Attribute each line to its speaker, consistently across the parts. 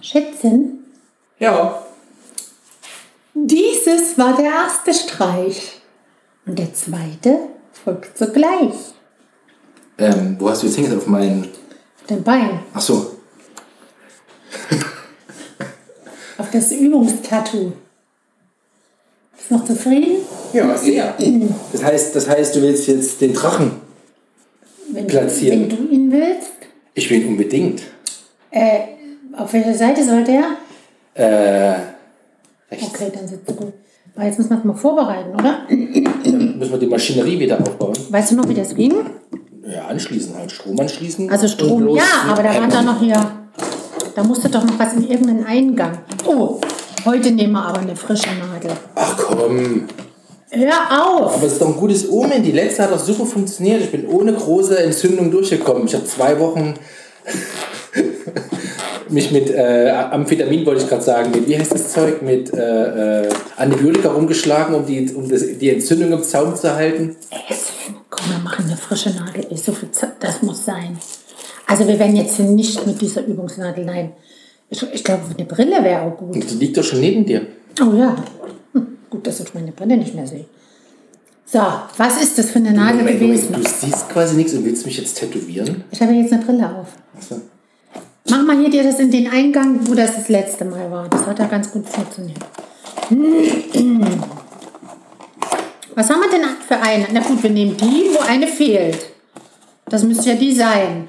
Speaker 1: schätzen.
Speaker 2: Ja.
Speaker 1: Dieses war der erste Streich und der zweite folgt sogleich.
Speaker 2: Ähm, wo hast du jetzt hingesetzt? Auf meinen.
Speaker 1: Dein Bein,
Speaker 2: Ach so.
Speaker 1: auf das Übungstattoo. Bist noch zufrieden?
Speaker 2: Ja, sehr. Das heißt, das heißt, du willst jetzt den Drachen.
Speaker 1: Wenn
Speaker 2: Platzieren.
Speaker 1: Du, wenn du ihn willst.
Speaker 2: Ich will ihn unbedingt.
Speaker 1: Äh, auf welcher Seite sollte er?
Speaker 2: Äh, rechts.
Speaker 1: Okay, dann sitzt er gut. Aber jetzt müssen wir es mal vorbereiten, oder?
Speaker 2: Dann müssen wir die Maschinerie wieder aufbauen.
Speaker 1: Weißt du noch, wie das ging?
Speaker 2: Ja, anschließen halt. Strom anschließen.
Speaker 1: Also
Speaker 2: und
Speaker 1: Strom,
Speaker 2: los
Speaker 1: ja,
Speaker 2: mit
Speaker 1: aber da war
Speaker 2: App.
Speaker 1: da noch hier, da musste doch noch was in irgendeinen Eingang. Oh, heute nehmen wir aber eine frische Nadel.
Speaker 2: Ach komm.
Speaker 1: Hör auf!
Speaker 2: Aber es ist doch ein gutes Omen. Die letzte hat doch super funktioniert. Ich bin ohne große Entzündung durchgekommen. Ich habe zwei Wochen mich mit äh, Amphetamin, wollte ich gerade sagen, mit, wie heißt das Zeug, mit äh, äh, Antibiotika rumgeschlagen, um, die, um das, die Entzündung im Zaum zu halten.
Speaker 1: Es- Komm, wir machen eine frische Nadel. Ey, so viel Zeit, das muss sein. Also wir werden jetzt hier nicht mit dieser Übungsnadel, nein. Ich, ich glaube, eine Brille wäre auch gut.
Speaker 2: Und die liegt doch schon neben dir.
Speaker 1: Oh ja. Hm, gut, dass ich meine Brille nicht mehr sehe. So, was ist das für eine Nadel
Speaker 2: Moment,
Speaker 1: gewesen?
Speaker 2: Moment, du siehst quasi nichts und willst mich jetzt tätowieren?
Speaker 1: Ich habe jetzt eine Brille auf.
Speaker 2: Achso.
Speaker 1: Mach mal hier dir das in den Eingang, wo das das letzte Mal war. Das hat ja ganz gut funktioniert. Was haben wir denn für eine? Na gut, wir nehmen die, wo eine fehlt. Das müsste ja die sein.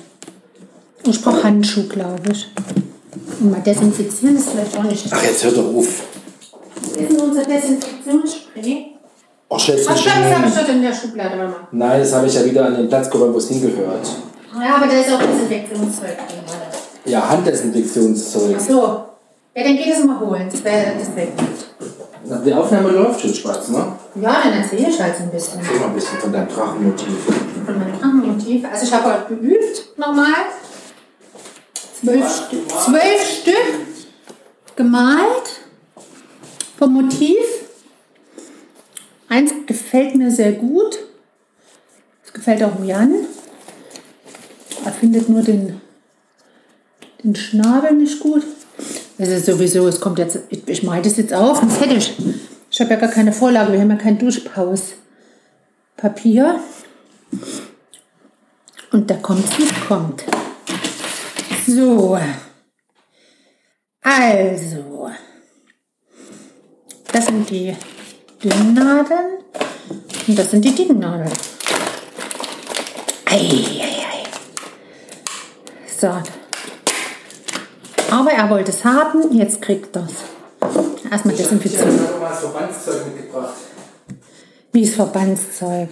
Speaker 1: Oh, Ich brauche Handschuh, glaube ich. Und mal desinfizieren ist vielleicht auch nicht.
Speaker 2: Ach, jetzt hör doch auf.
Speaker 1: Das ist unser Desinfektionsspray.
Speaker 2: Oh, schätze
Speaker 1: Was
Speaker 2: mich
Speaker 1: das habe ich
Speaker 2: nicht.
Speaker 1: dort in der Schublade, Mama.
Speaker 2: Nein, das habe ich ja wieder an den Platz geräumt, wo es hingehört.
Speaker 1: Ja, aber da ist auch Desinfektionszeug drin. warte.
Speaker 2: Ja, Handdesinfektionszeug.
Speaker 1: Ach so. Ja, dann geht es mal holen. Das wäre das wär gut.
Speaker 2: Die Aufnahme läuft schon, Schwarz, ne?
Speaker 1: Ja, dann erzähle ich halt so ein bisschen.
Speaker 2: Erzähl mal ein bisschen von deinem Drachenmotiv.
Speaker 1: Von meinem Drachenmotiv. Also ich habe heute geübt, nochmal. Zwölf, Stü zwölf Stück gemalt vom Motiv. Eins gefällt mir sehr gut. Das gefällt auch Jan. Er findet nur den, den Schnabel nicht gut. Es ist sowieso, es kommt jetzt, ich, ich mal das jetzt auf und fertig. Ich habe ja gar keine Vorlage, wir haben ja kein Duschpauspapier. Und da kommt's, wie es kommt. So. Also. Das sind die dünnen Nadeln. Und das sind die dicken Nadeln. Ei, ei, ei. So. Aber er wollte es haben, jetzt kriegt das. Erstmal desinfizieren.
Speaker 2: habe mal das Verbandszeug mitgebracht.
Speaker 1: Wie ist Verbandszeug?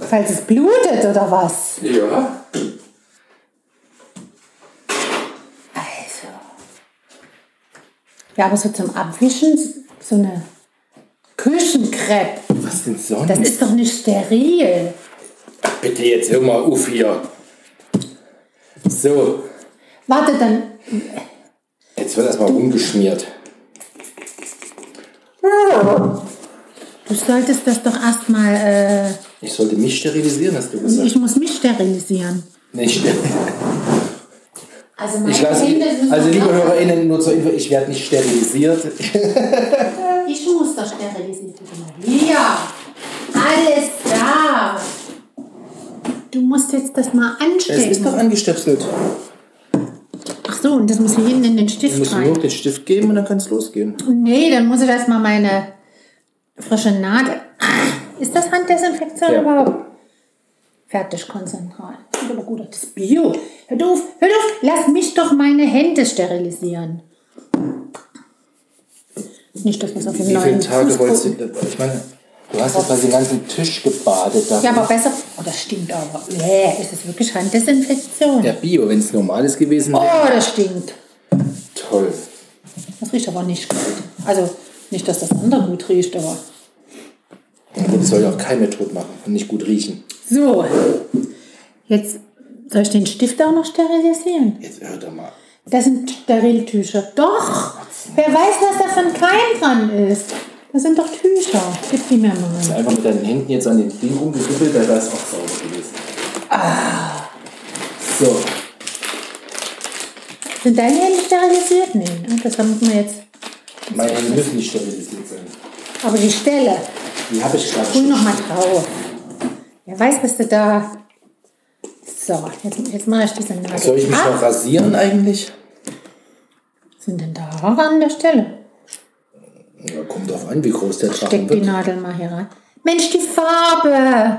Speaker 1: Falls es blutet oder was?
Speaker 2: Ja.
Speaker 1: Also. Ja, aber so zum Abwischen, so eine Küchenkrepp,
Speaker 2: Was denn sonst?
Speaker 1: das ist doch nicht steril.
Speaker 2: Bitte jetzt hör mal auf hier. So,
Speaker 1: Warte, dann.
Speaker 2: jetzt wird erstmal rumgeschmiert.
Speaker 1: Du solltest das doch erstmal. Äh,
Speaker 2: Ich sollte mich sterilisieren, hast du gesagt.
Speaker 1: ich muss mich sterilisieren.
Speaker 2: Nicht.
Speaker 1: Also, meine
Speaker 2: Ich lasse,
Speaker 1: müssen
Speaker 2: also
Speaker 1: doch
Speaker 2: liebe
Speaker 1: noch-
Speaker 2: HörerInnen, nur zur Info, ich werde nicht sterilisiert.
Speaker 1: Ich muss doch sterilisieren. Ja, alles da. Du musst jetzt das mal
Speaker 2: Es ist doch
Speaker 1: anstecken.
Speaker 2: angestöpselt.
Speaker 1: Ach so, und das muss hier hinten in den
Speaker 2: Du
Speaker 1: Stift
Speaker 2: musst
Speaker 1: rein.
Speaker 2: nur den Stift geben und dann kann es losgehen.
Speaker 1: Nee, dann muss ich erst mal meine frische Nadel. Ah, Ist das Handdesinfektion
Speaker 2: Ja.
Speaker 1: überhaupt? Fertigkonzentrat. Das ist aber gut, das ist Bio. Hör auf, hör auf, lass mich doch meine Hände sterilisieren. Nicht, dass wir es auf dem
Speaker 2: Wie viele
Speaker 1: neuen
Speaker 2: Tage
Speaker 1: Fuß
Speaker 2: wolltest
Speaker 1: gucken.
Speaker 2: du. Ich meine, du hast jetzt quasi den ganzen Tisch gebadet. Da.
Speaker 1: Ja, aber besser. Oh, das stinkt aber. Yeah, ist es wirklich Handdesinfektion?
Speaker 2: Ja, Bio, wenn es normal ist gewesen wäre.
Speaker 1: Oh, das stinkt.
Speaker 2: Toll.
Speaker 1: Das riecht aber nicht gut. Also, nicht, dass das andere gut riecht, aber.
Speaker 2: Ja, gut, es soll ja auch Keime tot machen und nicht gut riechen.
Speaker 1: So, jetzt soll ich den Stift auch noch sterilisieren?
Speaker 2: Jetzt hör doch mal.
Speaker 1: Das sind Steriltücher. Doch! Wer weiß, was da für ein Keim dran ist? Das sind doch Tücher. Gib die mir mal.
Speaker 2: Einfach mit deinen Händen jetzt an den Ding rumgedüppelt, da war es auch sauber gewesen. Ah. So.
Speaker 1: Sind deine Hände sterilisiert? Nee, ne? das muss man jetzt.
Speaker 2: Meine Hände müssen nicht sterilisiert sein.
Speaker 1: Aber die Stelle,
Speaker 2: Die habe ich gerade
Speaker 1: tu
Speaker 2: schon.
Speaker 1: nochmal drauf. Wer weiß, was du da. So, jetzt, jetzt mache ich diese Nadel.
Speaker 2: Soll ich mich
Speaker 1: ab.
Speaker 2: noch rasieren eigentlich?
Speaker 1: Sind denn da Haare an der Stelle?
Speaker 2: Ja, kommt drauf an, wie groß der Drachen
Speaker 1: Steck die
Speaker 2: wird.
Speaker 1: Nadel mal hier rein. Mensch, die Farbe!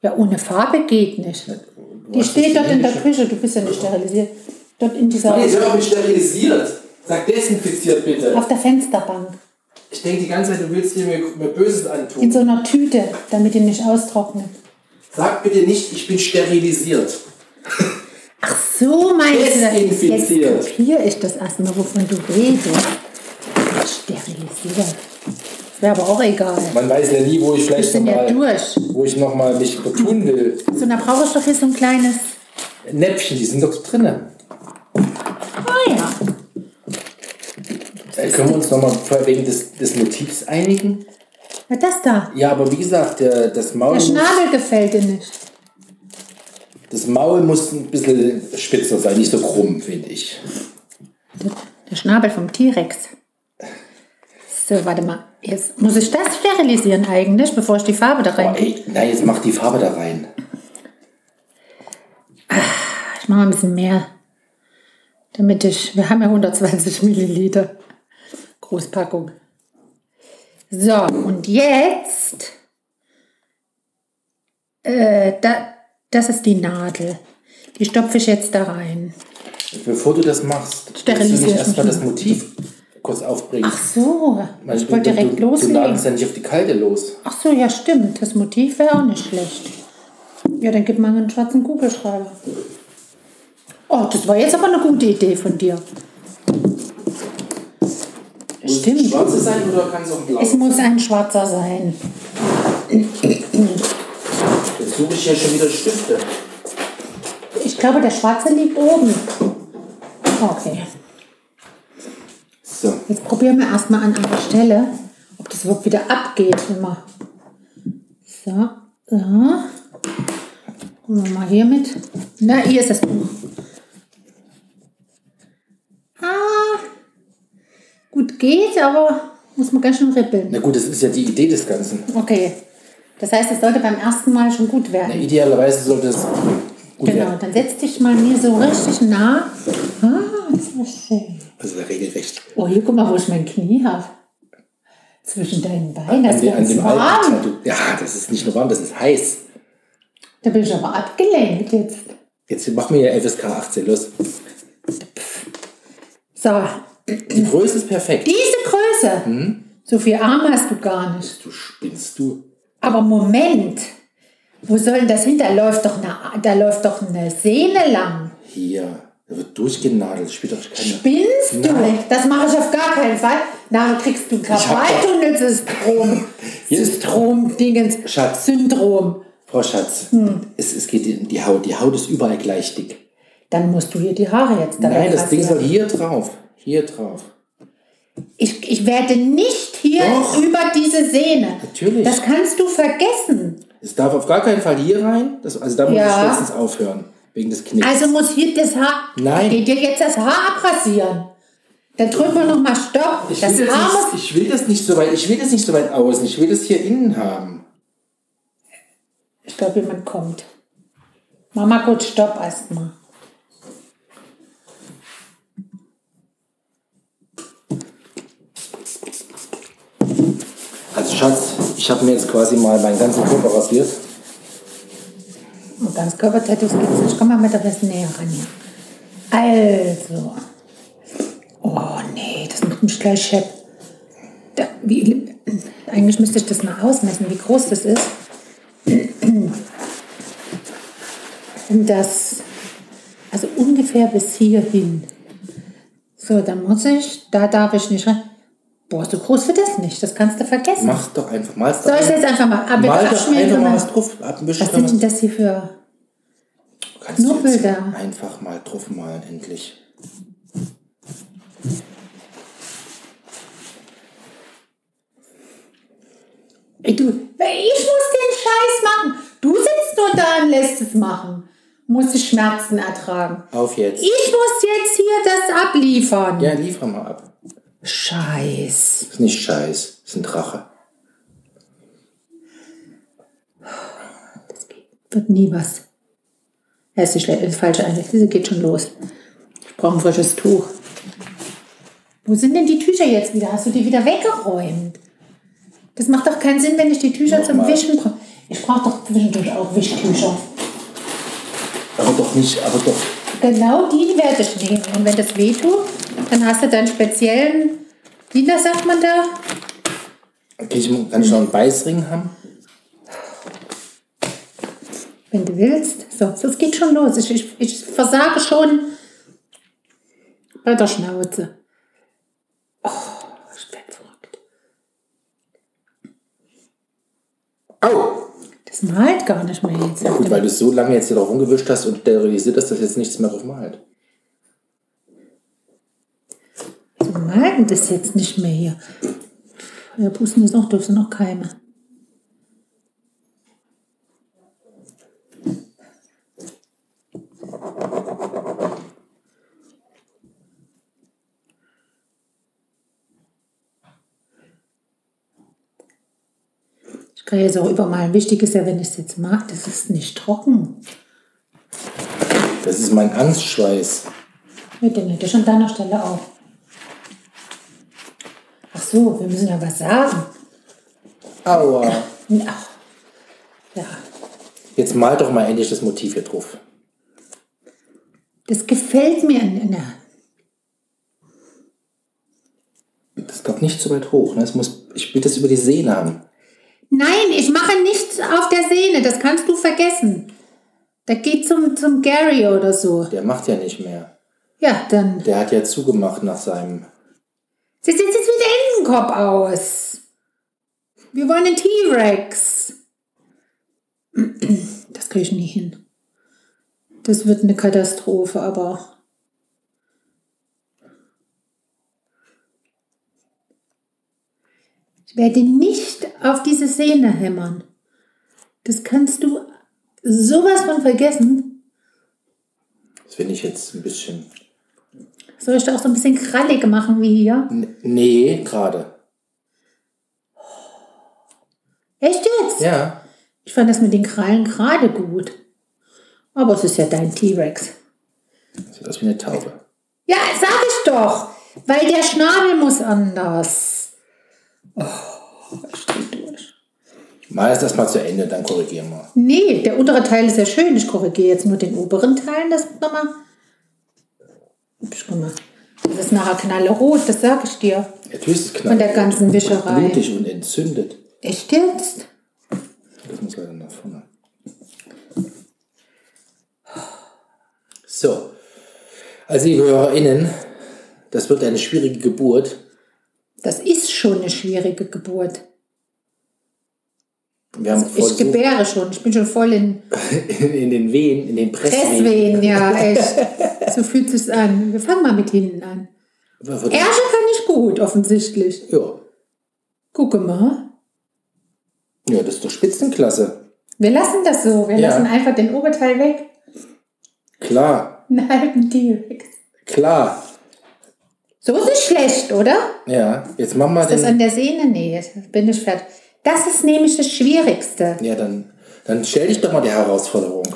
Speaker 1: Ja, ohne Farbe geht nicht. Die
Speaker 2: hast
Speaker 1: steht
Speaker 2: nicht
Speaker 1: dort in der
Speaker 2: hingeschaut.
Speaker 1: Küche, du bist ja nicht sterilisiert. Dort in dieser,
Speaker 2: Nee, ich habe mich sterilisiert. Sag desinfiziert bitte.
Speaker 1: auf der Fensterbank,
Speaker 2: Ich denke die ganze Zeit, du willst dir mir, mir Böses antun.
Speaker 1: in so einer Tüte, damit die nicht austrocknen.
Speaker 2: Sag bitte nicht, ich bin sterilisiert.
Speaker 1: Ach so, meinst du das?
Speaker 2: Desinfiziert.
Speaker 1: Jetzt kopiere ich das erstmal, wovon du redest. Sterilisiert. Das wäre aber auch egal.
Speaker 2: Man weiß ja nie, wo ich
Speaker 1: Wir
Speaker 2: vielleicht
Speaker 1: sind ja
Speaker 2: nochmal,
Speaker 1: durch.
Speaker 2: wo ich noch mal mich betun will.
Speaker 1: So, da brauche ich doch hier so ein kleines.
Speaker 2: Näpfchen, die sind doch drinnen.
Speaker 1: Ah ja.
Speaker 2: Äh, können wir uns nochmal wegen des, des Motivs einigen?
Speaker 1: Na, das da.
Speaker 2: Ja, aber wie gesagt, der, das, Maul,
Speaker 1: Der Schnabel gefällt dir nicht.
Speaker 2: das Maul muss ein bisschen spitzer sein, nicht so krumm, finde ich.
Speaker 1: Der Schnabel vom T-Rex. So, warte mal. Jetzt muss ich das sterilisieren eigentlich, bevor ich die Farbe da
Speaker 2: Boah,
Speaker 1: rein.
Speaker 2: ey, nein, jetzt mach die Farbe da rein.
Speaker 1: Ich mache mal ein bisschen mehr. Damit ich. Wir haben ja 120 Milliliter. Großpackung. So, und jetzt. Äh, da, das ist die Nadel. Die stopfe ich jetzt da rein.
Speaker 2: Bevor du das machst,
Speaker 1: Sterilisier
Speaker 2: willst du nicht
Speaker 1: ich
Speaker 2: erstmal
Speaker 1: mich
Speaker 2: das Motiv kurz aufbringen.
Speaker 1: Ach so.
Speaker 2: Meinst
Speaker 1: Ich
Speaker 2: du,
Speaker 1: wollte
Speaker 2: du-
Speaker 1: direkt
Speaker 2: du, Du
Speaker 1: loslegen.
Speaker 2: nadelst ja nicht auf die Kalte los.
Speaker 1: Ach so, ja stimmt. Das Motiv wäre auch nicht schlecht. Ja, dann gib mal einen schwarzen Kugelschreiber. Oh, das war jetzt aber eine gute Idee von dir. Stimmt.
Speaker 2: Schwarze sein oder kann es auch blau
Speaker 1: Es muss ein schwarzer sein.
Speaker 2: Jetzt suche ich ja schon wieder Stifte.
Speaker 1: Ich glaube, der schwarze liegt oben. Okay.
Speaker 2: So.
Speaker 1: Jetzt probieren wir erstmal an einer Stelle, ob das überhaupt wieder abgeht immer. So, so. Holen wir mal hier mit. Na, hier ist das Buch. Ah, gut geht, aber muss man ganz schön rippeln.
Speaker 2: Na gut, das ist ja die Idee des Ganzen.
Speaker 1: Okay, das heißt, es sollte beim ersten Mal schon gut werden.
Speaker 2: Na, idealerweise sollte es gut
Speaker 1: Genau,
Speaker 2: werden.
Speaker 1: dann setz dich mal mir so richtig nah. Ah, das ist schön.
Speaker 2: Also regelrecht.
Speaker 1: Oh, hier guck mal, wo ich mein Knie habe. Zwischen deinen Beinen.
Speaker 2: An,
Speaker 1: Das
Speaker 2: dem- an
Speaker 1: wird
Speaker 2: dem
Speaker 1: warm.
Speaker 2: alten Tattoo. Ja, das ist nicht nur warm, das ist heiß.
Speaker 1: Da bin ich aber abgelenkt jetzt.
Speaker 2: Jetzt mach mir ja FSK 18 los.
Speaker 1: So,
Speaker 2: Die Größe ist perfekt.
Speaker 1: diese Größe.
Speaker 2: Hm?
Speaker 1: So viel Arm hast du gar nicht.
Speaker 2: Du spinnst du.
Speaker 1: Aber Moment. Wo soll denn das hin? Da läuft doch eine, da läuft doch eine Sehne lang.
Speaker 2: Hier. Da wird durchgenadelt. Spielt doch keine.
Speaker 1: Spinnst du? Das mache ich auf gar keinen Fall. Nachher kriegst du ein
Speaker 2: hab doch-
Speaker 1: Karpaltunnelsyndrom.
Speaker 2: Jetzt-
Speaker 1: Syndrom, Dingens,
Speaker 2: Schatz.
Speaker 1: Syndrom.
Speaker 2: Frau Schatz,
Speaker 1: Hm.
Speaker 2: es, es geht in die Haut. Die Haut ist überall gleich dick.
Speaker 1: Dann musst du hier die Haare jetzt da
Speaker 2: Nein, das Ding
Speaker 1: reinrasieren.
Speaker 2: soll hier drauf. Hier drauf.
Speaker 1: Ich, ich werde nicht hier
Speaker 2: Doch.
Speaker 1: über diese Sehne.
Speaker 2: Natürlich.
Speaker 1: Das kannst du vergessen.
Speaker 2: Es darf auf gar keinen Fall hier rein. Das, also da muss
Speaker 1: Ja.
Speaker 2: ich spätestens aufhören. Wegen des Knicks.
Speaker 1: Also muss hier das Haar.
Speaker 2: Nein.
Speaker 1: Geht dir jetzt das Haar abrasieren. Dann drücken wir nochmal Stopp.
Speaker 2: ich,
Speaker 1: das
Speaker 2: will
Speaker 1: Haar
Speaker 2: das
Speaker 1: muss.
Speaker 2: nicht, ich will das nicht so weit. Ich will das nicht so weit außen. Ich will das hier innen haben.
Speaker 1: Ich glaube, jemand kommt. Mama, gut, Stopp erstmal.
Speaker 2: Also Schatz, ich habe mir jetzt quasi mal meinen ganzen Körper rasiert.
Speaker 1: Und ganz Körpertattoos gibt es nicht. Komm mal mit etwas näher ran hier. Also. Oh nee, das macht mich gleich schepp. Da, wie, eigentlich müsste ich das mal ausmessen, wie groß das ist. Um das, also ungefähr bis hierhin. So, dann muss ich, da darf ich nicht rein. Boah, so groß wird das nicht, das kannst du vergessen.
Speaker 2: Mach doch einfach, mal's doch
Speaker 1: Soll ich
Speaker 2: ein-
Speaker 1: jetzt einfach mal ab,
Speaker 2: Mal doch
Speaker 1: abschmieren?
Speaker 2: einfach
Speaker 1: kann
Speaker 2: mal
Speaker 1: man-
Speaker 2: was drauf. Abwischen
Speaker 1: Was
Speaker 2: kann
Speaker 1: sind denn
Speaker 2: man.
Speaker 1: das hier für...
Speaker 2: Kannst du
Speaker 1: Knubbel
Speaker 2: jetzt
Speaker 1: da?
Speaker 2: einfach mal drauf malen, endlich.
Speaker 1: Ey, Du, ich muss den Scheiß machen. Du sitzt nur da und lässt es machen. musste Schmerzen ertragen.
Speaker 2: Auf jetzt.
Speaker 1: Ich muss jetzt hier das abliefern.
Speaker 2: Ja, liefer mal ab.
Speaker 1: Scheiß.
Speaker 2: Ist nicht Scheiß, ist ein Drache.
Speaker 1: Wird nie was. Das ist die schle- äh, falsche Einsicht. Diese geht schon los. Ich brauche ein frisches Tuch. Wo sind denn die Tücher jetzt wieder? Hast du die wieder weggeräumt? Das macht doch keinen Sinn, wenn ich die Tücher zum
Speaker 2: Nochmal.
Speaker 1: Wischen brauche. Ich brauche doch zwischendurch auch Wischtücher.
Speaker 2: Aber doch nicht, aber doch.
Speaker 1: Genau die werde ich nehmen. Und wenn das weh tut, dann hast du deinen speziellen, wie das sagt man da?
Speaker 2: Okay, ich, kann ich noch einen Beißring haben?
Speaker 1: Wenn du willst. So, das geht schon los. Ich, ich, ich versage schon bei der Schnauze. Oh, ich bin verrückt.
Speaker 2: Au!
Speaker 1: Das malt gar nicht mehr jetzt.
Speaker 2: Ja gut, weil du so lange jetzt hier drauf rumgewischt hast und realisiert hast, dass jetzt nichts mehr drauf malt.
Speaker 1: So malen das jetzt nicht mehr hier. Ja, pusten ist noch doof, sind noch Keime. Ich kann jetzt auch übermalen. Wichtig ist ja, wenn ich es jetzt mache, das ist nicht trocken.
Speaker 2: Das ist mein Angstschweiß.
Speaker 1: Mit dem hätte ich an deiner Stelle auch. Ach so, wir müssen ja was sagen.
Speaker 2: Aua!
Speaker 1: Ach, ja.
Speaker 2: Jetzt mal doch mal endlich das Motiv hier drauf.
Speaker 1: Das gefällt mir. in- in der-
Speaker 2: Das darf nicht zu weit hoch. Ne? Es muss, ich will das über die Sehne haben.
Speaker 1: Nein, ich mache nichts auf der Sehne. Das kannst du vergessen. Da geht zum, zum Gary oder so.
Speaker 2: Der macht ja nicht mehr.
Speaker 1: Ja, dann.
Speaker 2: Der hat ja zugemacht nach seinem.
Speaker 1: Sie sieht jetzt wieder Innenkorb aus. Wir wollen den T-Rex. Das kriege ich nie hin. Das wird eine Katastrophe, aber. Ich werde nicht auf diese Szene hämmern. Das kannst du sowas von vergessen.
Speaker 2: Das finde ich jetzt ein bisschen.
Speaker 1: Soll ich da auch so ein bisschen krallig machen wie hier?
Speaker 2: N nee, gerade.
Speaker 1: Echt jetzt?
Speaker 2: Ja.
Speaker 1: Ich fand das mit den Krallen gerade gut. Aber es ist ja dein T-Rex.
Speaker 2: Sieht aus wie eine Taube.
Speaker 1: Ja, sag ich doch. Weil der Schnabel muss anders. Oh, ich dreh durch.
Speaker 2: Mal das erstmal zu Ende, dann korrigieren wir.
Speaker 1: Nee, der untere Teil ist ja schön. Ich korrigiere jetzt nur den oberen Teil. Das ist nochmal hübsch gemacht. Das ist nachher knallerot, das sag ich dir.
Speaker 2: Natürlich ist es knapp.
Speaker 1: Von der ganzen Wischerei.
Speaker 2: Blutig und entzündet.
Speaker 1: Echt jetzt?
Speaker 2: Das muss leider nach vorne. So. Also, liebe HörerInnen, das wird eine schwierige Geburt.
Speaker 1: Das ist schon eine schwierige Geburt.
Speaker 2: Wir haben
Speaker 1: Also, Ich
Speaker 2: versucht,
Speaker 1: gebäre schon. Ich bin schon voll in
Speaker 2: in den Wehen, in den Presswehen.
Speaker 1: Deswegen, ja, echt. So fühlt sich's an. Wir fangen mal mit hinten an.
Speaker 2: Wird-
Speaker 1: Ärsche kann ich gut, offensichtlich.
Speaker 2: Ja.
Speaker 1: Gucke mal.
Speaker 2: ja, das ist doch Spitzenklasse.
Speaker 1: Wir lassen das so. Wir
Speaker 2: Ja.
Speaker 1: lassen einfach den Oberteil weg.
Speaker 2: Klar,
Speaker 1: Einen halben T-Rex.
Speaker 2: klar.
Speaker 1: So ist es schlecht, oder?
Speaker 2: Ja, jetzt machen wir
Speaker 1: Ist das
Speaker 2: den.
Speaker 1: an der Sehne? Nee, jetzt bin ich fertig. Das ist nämlich das Schwierigste.
Speaker 2: Ja, dann, dann stell dich doch mal der Herausforderung.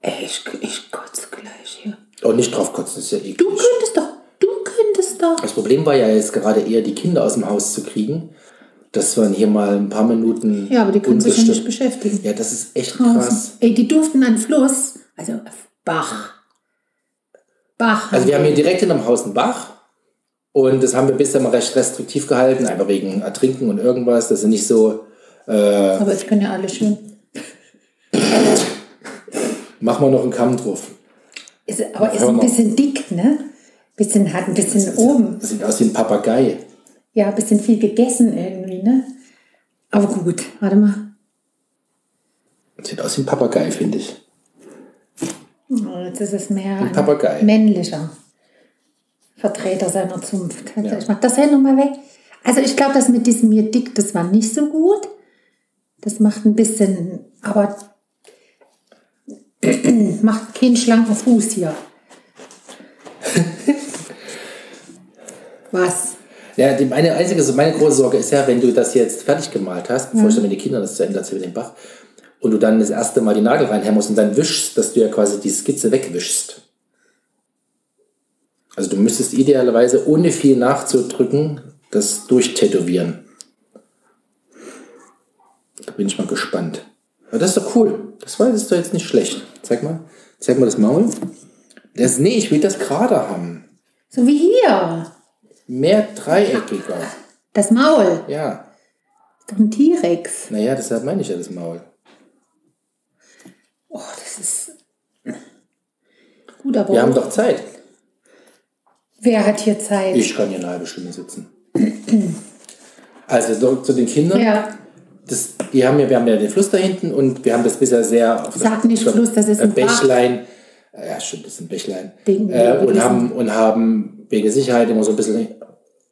Speaker 1: Ey, ich, ich kotze gleich hier.
Speaker 2: Und nicht drauf kotzen, das ist ja eklig.
Speaker 1: Du könntest doch, du könntest doch.
Speaker 2: Das Problem war ja jetzt gerade eher, die Kinder aus dem Haus zu kriegen, dass man hier mal ein paar Minuten.
Speaker 1: Ja, aber die können sich ja nicht
Speaker 2: unbestimmt-
Speaker 1: beschäftigen.
Speaker 2: Ja, das ist echt krass.
Speaker 1: draußen. Ey, die durften an Fluss, also auf Bach. Bach.
Speaker 2: Also, wir haben hier direkt in einem Haus einen Bach. Und das haben wir bisher mal recht restriktiv gehalten, einfach wegen Ertrinken und irgendwas, dass sie nicht so,
Speaker 1: aber es können ja alle schön.
Speaker 2: machen wir noch einen Kamm drauf.
Speaker 1: Ist, aber ist
Speaker 2: Hör
Speaker 1: ein
Speaker 2: mal.
Speaker 1: bisschen dick, ne? Bisschen hat ein bisschen oben.
Speaker 2: Das sieht aus wie ein Papagei.
Speaker 1: Ja, ein bisschen viel gegessen irgendwie, ne? Aber gut, warte mal.
Speaker 2: Das sieht aus wie ein Papagei, finde ich.
Speaker 1: Oh, Jetzt ist es mehr ein
Speaker 2: Papagei.
Speaker 1: männlicher Vertreter seiner Zunft. Also Ich mach das hier nochmal weg. Also ich glaube, das mit diesem mir dick, das war nicht so gut. Das macht ein bisschen, aber das macht keinen schlanken Fuß hier. Was?
Speaker 2: Ja, die, meine einzige, so meine große Sorge ist ja, wenn du das jetzt fertig gemalt hast, bevor ich dann mit den Kindern das zu Ende erzähle, den Bach, und du dann das erste Mal die Nagel reinhämmerst und dann wischst, dass du ja quasi die Skizze wegwischst. Also du müsstest idealerweise, ohne viel nachzudrücken, das durchtätowieren. Da bin ich mal gespannt. Aber das ist doch cool. Das war das ist doch jetzt nicht schlecht. Zeig mal, zeig mal das Maul. Das, nee, ich will das gerade haben.
Speaker 1: So wie hier.
Speaker 2: Mehr dreieckiger.
Speaker 1: Das Maul.
Speaker 2: Ja.
Speaker 1: Doch ein T-Rex.
Speaker 2: Naja, deshalb meine ich ja das Maul.
Speaker 1: Oh, das ist. Gut, aber
Speaker 2: Wir haben doch Zeit.
Speaker 1: wer hat hier Zeit?
Speaker 2: Ich kann hier eine halbe Stunde sitzen. Also zurück zu den Kindern.
Speaker 1: Ja,
Speaker 2: Das, die haben ja, wir haben ja den Fluss da hinten und wir haben das bisher sehr auf
Speaker 1: Sag nicht
Speaker 2: auf-
Speaker 1: Fluss, das ist ein Bach.
Speaker 2: Bächlein. Äh, Ja, stimmt, das ist ein Bächlein.
Speaker 1: Denken wir,
Speaker 2: Äh,
Speaker 1: wir
Speaker 2: und,
Speaker 1: wissen.
Speaker 2: haben, und haben wegen der Sicherheit immer so ein bisschen,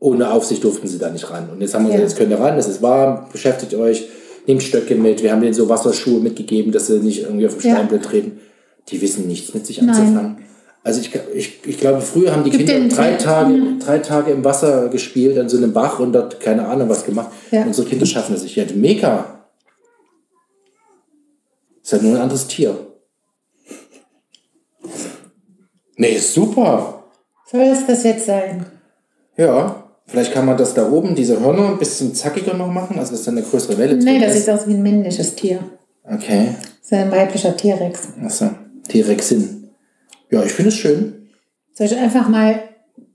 Speaker 2: ohne Aufsicht durften sie da nicht ran. Und jetzt haben wir
Speaker 1: Ja.
Speaker 2: gesagt, jetzt könnt ihr ran, es ist warm, beschäftigt euch, nehmt Stöcke mit. Wir haben denen so Wasserschuhe mitgegeben, dass sie nicht irgendwie auf dem
Speaker 1: Ja.
Speaker 2: Steinblatt treten. Die wissen nichts mit sich
Speaker 1: Nein.
Speaker 2: anzufangen. Also ich, ich, ich glaube, früher haben die
Speaker 1: Gibt
Speaker 2: Kinder
Speaker 1: den
Speaker 2: drei
Speaker 1: Tipp.
Speaker 2: Tage, drei Tage im Wasser gespielt, an so einem Bach und dort keine Ahnung was gemacht.
Speaker 1: Ja.
Speaker 2: Unsere Kinder schaffen das nicht. Ja, mega. Ist halt nur ein anderes Tier. Nee, ist super.
Speaker 1: soll es das jetzt sein?
Speaker 2: Ja. Vielleicht kann man das da oben, diese Hörner, ein bisschen zackiger noch machen, also dass dann eine größere Welle drin
Speaker 1: Nee, das
Speaker 2: ist.
Speaker 1: sieht aus wie ein männliches Tier.
Speaker 2: Okay.
Speaker 1: Das ist ein weiblicher T-Rex.
Speaker 2: Achso. T-Rexin. Ja, ich finde es schön.
Speaker 1: Soll ich einfach mal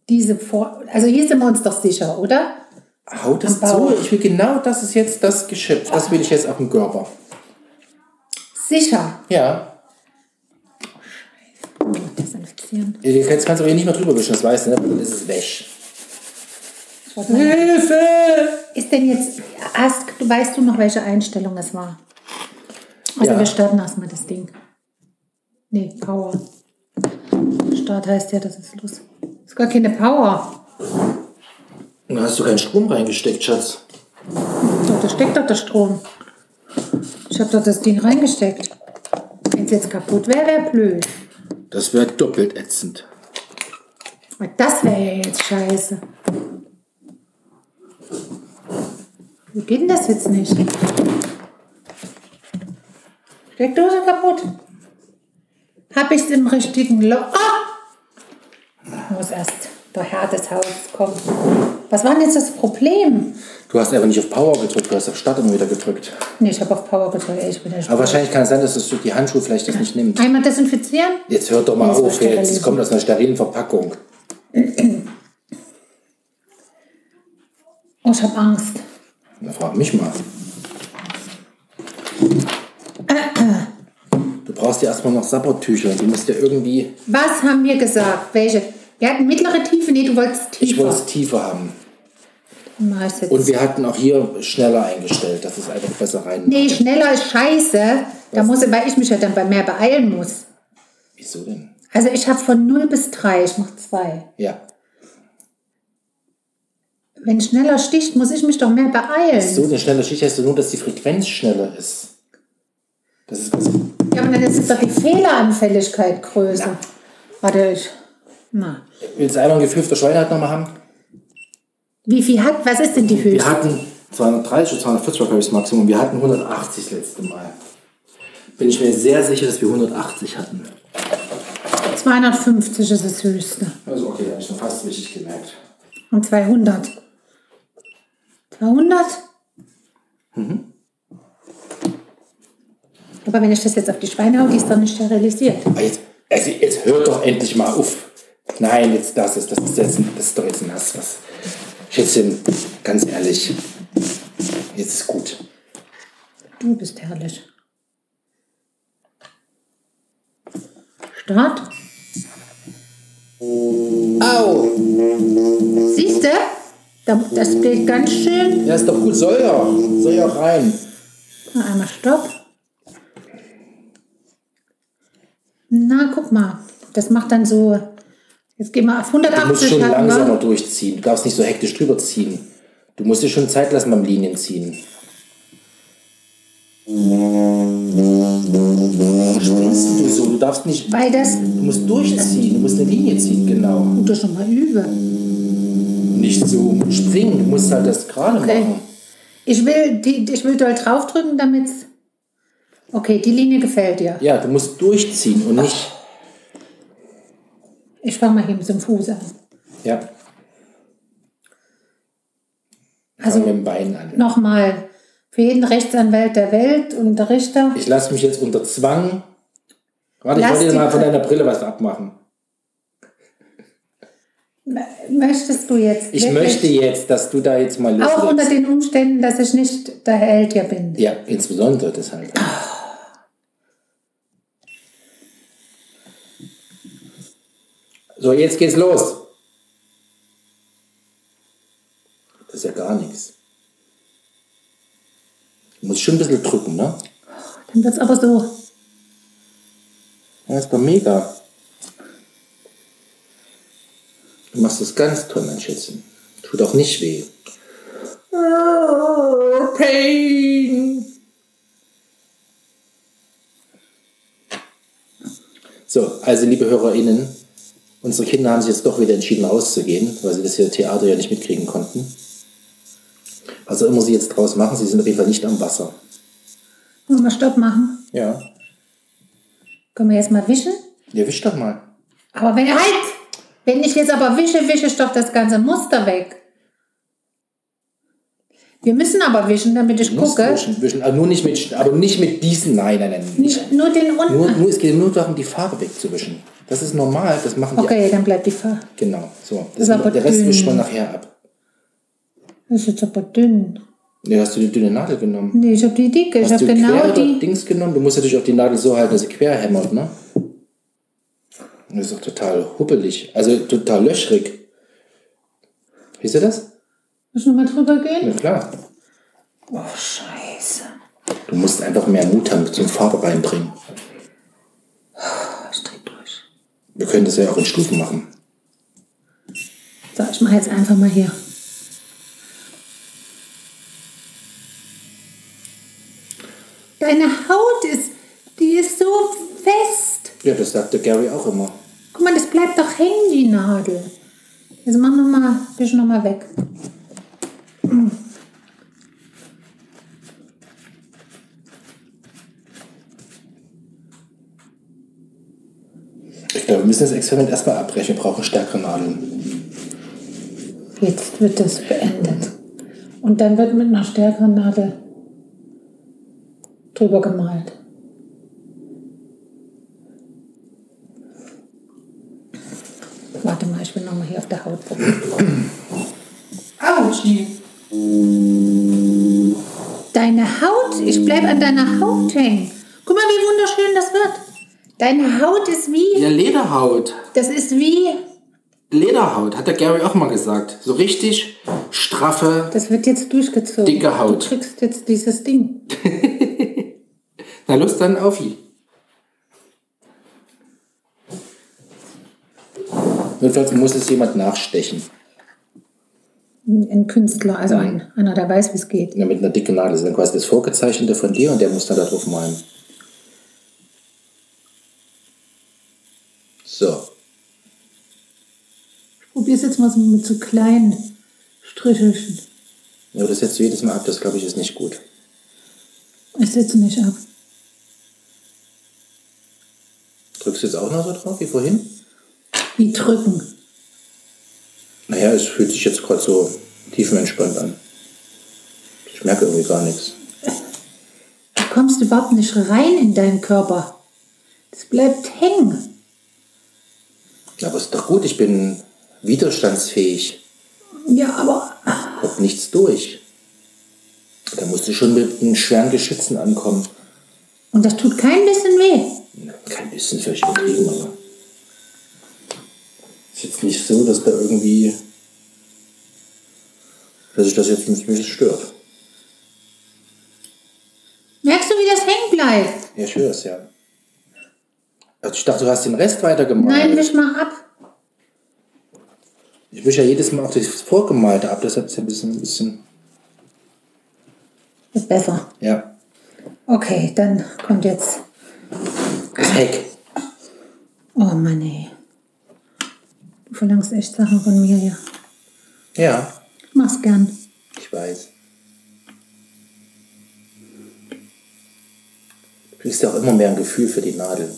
Speaker 1: diese vor. Also hier sind wir uns doch sicher, oder?
Speaker 2: Haut das
Speaker 1: Am Bauch.
Speaker 2: zu. Ich will genau, das ist jetzt das Geschöpf. Das will ich jetzt auf dem Körper.
Speaker 1: Sicher.
Speaker 2: Ja.
Speaker 1: Oh, Desinfizieren.
Speaker 2: Ihr kannst, kannst du hier nicht mehr drüber wischen, das weißt du, ne? Dann ist es wäsch.
Speaker 1: Ich wollte mal-
Speaker 2: Hilfe!
Speaker 1: Ist denn jetzt. Hast, du- weißt du noch, welche Einstellung es war? Also
Speaker 2: Ja.
Speaker 1: wir starten erstmal das Ding. Nee, Power. Start heißt ja, das ist los. Ist gar keine Power.
Speaker 2: Da hast du keinen Strom reingesteckt, Schatz.
Speaker 1: Doch, da steckt doch der Strom. Ich habe doch das Ding reingesteckt. Wenn es jetzt kaputt wäre, wäre blöd.
Speaker 2: Das wäre doppelt ätzend.
Speaker 1: Aber Das wäre ja jetzt scheiße. Wie geht denn das jetzt nicht? Steckdose kaputt. Hab ich's im richtigen Loch? Ah! Muss erst der Herr des Hauses kommen. Was war denn jetzt das Problem?
Speaker 2: Du hast einfach nicht auf Power gedrückt, du hast auf Start immer wieder gedrückt.
Speaker 1: Nee, ich habe auf Power gedrückt. Ey, Ich bin ja
Speaker 2: Aber wahrscheinlich kann es sein, dass es durch die Handschuhe vielleicht das nicht nimmt.
Speaker 1: Einmal desinfizieren?
Speaker 2: Jetzt hört doch mal
Speaker 1: Das war
Speaker 2: auf, jetzt.
Speaker 1: steril.
Speaker 2: Es kommt aus einer sterilen Verpackung.
Speaker 1: Oh, ich habe Angst.
Speaker 2: Na, frag mich mal. Du brauchst ja erstmal noch Sabbertücher. Du musst ja irgendwie.
Speaker 1: Was haben wir gesagt? Welche? Wir hatten mittlere Tiefe. Nee, du wolltest tiefer.
Speaker 2: Ich wollte es tiefer haben.
Speaker 1: Mach ich's jetzt.
Speaker 2: Und wir hatten auch hier schneller eingestellt, dass es einfach besser rein.
Speaker 1: Nee, schneller ist scheiße. Da muss, weil ich mich ja dann bei mehr beeilen muss.
Speaker 2: Wieso denn?
Speaker 1: Also ich habe von 0 bis 3, ich mache 2.
Speaker 2: Ja.
Speaker 1: Wenn schneller sticht, muss ich mich doch mehr beeilen.
Speaker 2: So, eine schnelle Schicht heißt nur, dass die Frequenz schneller ist. Das ist ganz
Speaker 1: Ja, aber dann ist doch die Fehleranfälligkeit größer. Warte, ich... Na.
Speaker 2: Willst du einmal ein Gefühl der Schweinheit nochmal haben?
Speaker 1: Wie viel hat, was ist denn die
Speaker 2: Wir
Speaker 1: Höhe?
Speaker 2: hatten 230 oder 240 war, glaube ich, das Maximum. Wir hatten 180 das letzte Mal. Bin ich mir sehr sicher, dass wir 180 hatten.
Speaker 1: 250 ist das höchste.
Speaker 2: Also okay, habe ich noch fast richtig gemerkt.
Speaker 1: Und 200. 200?
Speaker 2: Mhm.
Speaker 1: Aber wenn ich das jetzt auf die Schweine hau, die ist doch nicht sterilisiert.
Speaker 2: Aber jetzt, also jetzt hört doch endlich mal auf. Nein, jetzt das ist, das ist, jetzt, ein- das ist doch jetzt ein Hass. Was. Schätzchen, ganz ehrlich, jetzt ist gut.
Speaker 1: Du bist herrlich. Start. Au! Siehst du? Da- Das geht ganz schön.
Speaker 2: Ja, ist doch gut, soll ja. Soll ja rein.
Speaker 1: Na, Einmal Stopp. Na, guck mal. Das macht dann so. Jetzt gehen wir auf
Speaker 2: Du musst
Speaker 1: 180
Speaker 2: schon
Speaker 1: hatten wir.
Speaker 2: langsamer durchziehen. Du darfst nicht so hektisch drüber ziehen. Du musst dir schon Zeit lassen beim Linien ziehen. Springst du so? Du darfst nicht.
Speaker 1: Weil das-
Speaker 2: Du musst durchziehen, du musst eine Linie ziehen, genau.
Speaker 1: Und das nochmal über.
Speaker 2: Nicht so springen, du musst halt das gerade
Speaker 1: Okay.
Speaker 2: machen.
Speaker 1: Ich will, die, ich will doll draufdrücken, damit Okay, die Linie gefällt dir.
Speaker 2: Ja, du musst durchziehen und nicht.
Speaker 1: Ich fange mal hier mit dem Fuß an.
Speaker 2: Ja, also,
Speaker 1: Also
Speaker 2: mit dem Bein an.
Speaker 1: nochmal, für jeden Rechtsanwalt der Welt und der Richter,
Speaker 2: Ich lasse mich jetzt unter Zwang. Warte, ich
Speaker 1: Lass
Speaker 2: wollte dir
Speaker 1: die
Speaker 2: mal von
Speaker 1: Brille-
Speaker 2: deiner Brille was abmachen.
Speaker 1: möchtest du jetzt
Speaker 2: Ich
Speaker 1: wirklich-
Speaker 2: möchte jetzt, dass du da jetzt mal
Speaker 1: Auch unter
Speaker 2: loslegst.
Speaker 1: den Umständen, dass ich nicht der Held hier bin.
Speaker 2: Ja, insbesondere deshalb. So, jetzt geht's los. Das ist ja gar nichts. Muss schon ein bisschen drücken, ne?
Speaker 1: Dann wird es aber so.
Speaker 2: Ja, ist doch mega. Du machst das ganz toll, mein Schätzchen. Tut auch nicht weh. Ah, Pain. So, also liebe HörerInnen, unsere Kinder haben sich jetzt doch wieder entschieden rauszugehen, weil sie das hier Theater ja nicht mitkriegen konnten. Was auch immer sie jetzt draus machen, sie sind auf jeden Fall nicht am Wasser.
Speaker 1: Wollen wir mal Stopp machen?
Speaker 2: Ja.
Speaker 1: Können wir jetzt mal wischen?
Speaker 2: Ja, wisch doch mal.
Speaker 1: Aber wenn, halt! Wenn ich jetzt aber wische, wische ich doch das ganze Muster weg. Wir müssen aber wischen, damit ich
Speaker 2: Musst
Speaker 1: gucke.
Speaker 2: wischen, wischen. Aber also nur nicht mit, aber nicht mit diesen. Nein, nein, nein. Nicht.
Speaker 1: Nur den unten.
Speaker 2: Nur, nur, es geht nur darum, die Farbe wegzuwischen. Das ist normal, das machen die.
Speaker 1: Okay, dann bleibt die Farbe.
Speaker 2: Genau, so.
Speaker 1: Das
Speaker 2: Das
Speaker 1: ist aber
Speaker 2: der Rest
Speaker 1: dünn.
Speaker 2: wischt man nachher ab.
Speaker 1: Das ist jetzt aber dünn.
Speaker 2: Ja, hast du die dünne Nadel genommen?
Speaker 1: Nee, ich habe die dicke. Ich
Speaker 2: Hast
Speaker 1: habe
Speaker 2: du
Speaker 1: genau
Speaker 2: quere
Speaker 1: die.
Speaker 2: Dings genommen? Du musst natürlich auch die Nadel so halten, dass sie quer hämmert, ne? Das ist doch total huppelig. Also total löchrig. Siehst du das?
Speaker 1: Müssen wir mal drüber
Speaker 2: Ja,
Speaker 1: gehen?
Speaker 2: klar.
Speaker 1: Oh, scheiße.
Speaker 2: Du musst einfach mehr Mut haben zum Farbe reinbringen.
Speaker 1: Oh, ich dreh durch.
Speaker 2: Wir können das ja auch in Stufen machen.
Speaker 1: So, ich mache jetzt einfach mal hier. Deine Haut ist, die ist so fest.
Speaker 2: Ja, das sagt der Gary auch immer.
Speaker 1: Guck mal, das bleibt doch hängen, die Nadel. Jetzt mach noch mal, wisch noch mal weg.
Speaker 2: Ich glaube, wir müssen das Experiment erstmal abbrechen. Wir brauchen stärkere Nadeln.
Speaker 1: Jetzt wird das beendet. Und dann wird mit einer stärkeren Nadel drüber gemalt. Warte mal, ich will nochmal hier auf der Haut probieren.
Speaker 2: Autschi!
Speaker 1: Deine Haut, ich bleib an deiner Haut hängen. Guck mal, wie wunderschön das wird. Deine Haut ist wie,
Speaker 2: Ja, Lederhaut.
Speaker 1: das ist wie,
Speaker 2: Lederhaut, hat der Gary auch mal gesagt. So richtig straffe.
Speaker 1: das wird jetzt durchgezogen.
Speaker 2: Dicke Haut.
Speaker 1: Du kriegst jetzt dieses Ding.
Speaker 2: Na los, dann auf ihn. Notfalls muss es jemand nachstechen.
Speaker 1: Ein ein Künstler, also ein, einer, der weiß, wie es geht.
Speaker 2: Ja, mit einer dicken Nadel. Das ist dann quasi das Vorgezeichnete von dir und der muss dann da drauf malen. So.
Speaker 1: Probier's jetzt mal so mit so kleinen Strichelchen.
Speaker 2: Ja, aber das setzt du jedes Mal ab. Das, glaube ich, ist nicht gut.
Speaker 1: Ich setze nicht ab.
Speaker 2: Drückst du jetzt auch noch so drauf wie vorhin?
Speaker 1: Wie drücken.
Speaker 2: Naja, es fühlt sich jetzt gerade so tiefenentspannt an. Ich merke irgendwie gar nichts.
Speaker 1: Du kommst überhaupt nicht rein in deinen Körper. Das bleibt hängen.
Speaker 2: Aber ist doch gut, ich bin widerstandsfähig,
Speaker 1: Ja, aber
Speaker 2: hab nichts durch. Da musst du schon mit einem schweren Geschützen ankommen.
Speaker 1: und das tut kein bisschen weh.
Speaker 2: Na, Kein bisschen vielleicht übertrieben, aber. Ist jetzt nicht so, dass da irgendwie. dass sich das jetzt nicht mich stört.
Speaker 1: Merkst du, wie das hängen bleibt?
Speaker 2: Ja, ich höre es ja. Also ich dachte, du hast den Rest weitergemacht.
Speaker 1: Nein, wisch mal ab.
Speaker 2: Ich wische ja jedes Mal auch das Vorgemalte ab, deshalb ist ja ein bisschen, ein bisschen.
Speaker 1: Ist besser.
Speaker 2: Ja.
Speaker 1: Okay, dann kommt jetzt
Speaker 2: Das Heck.
Speaker 1: Oh Mann, ey. Du verlangst echt Sachen von mir hier.
Speaker 2: Ja,
Speaker 1: Ich mach's gern.
Speaker 2: ich weiß. Du kriegst ja auch immer mehr ein Gefühl für die Nadel.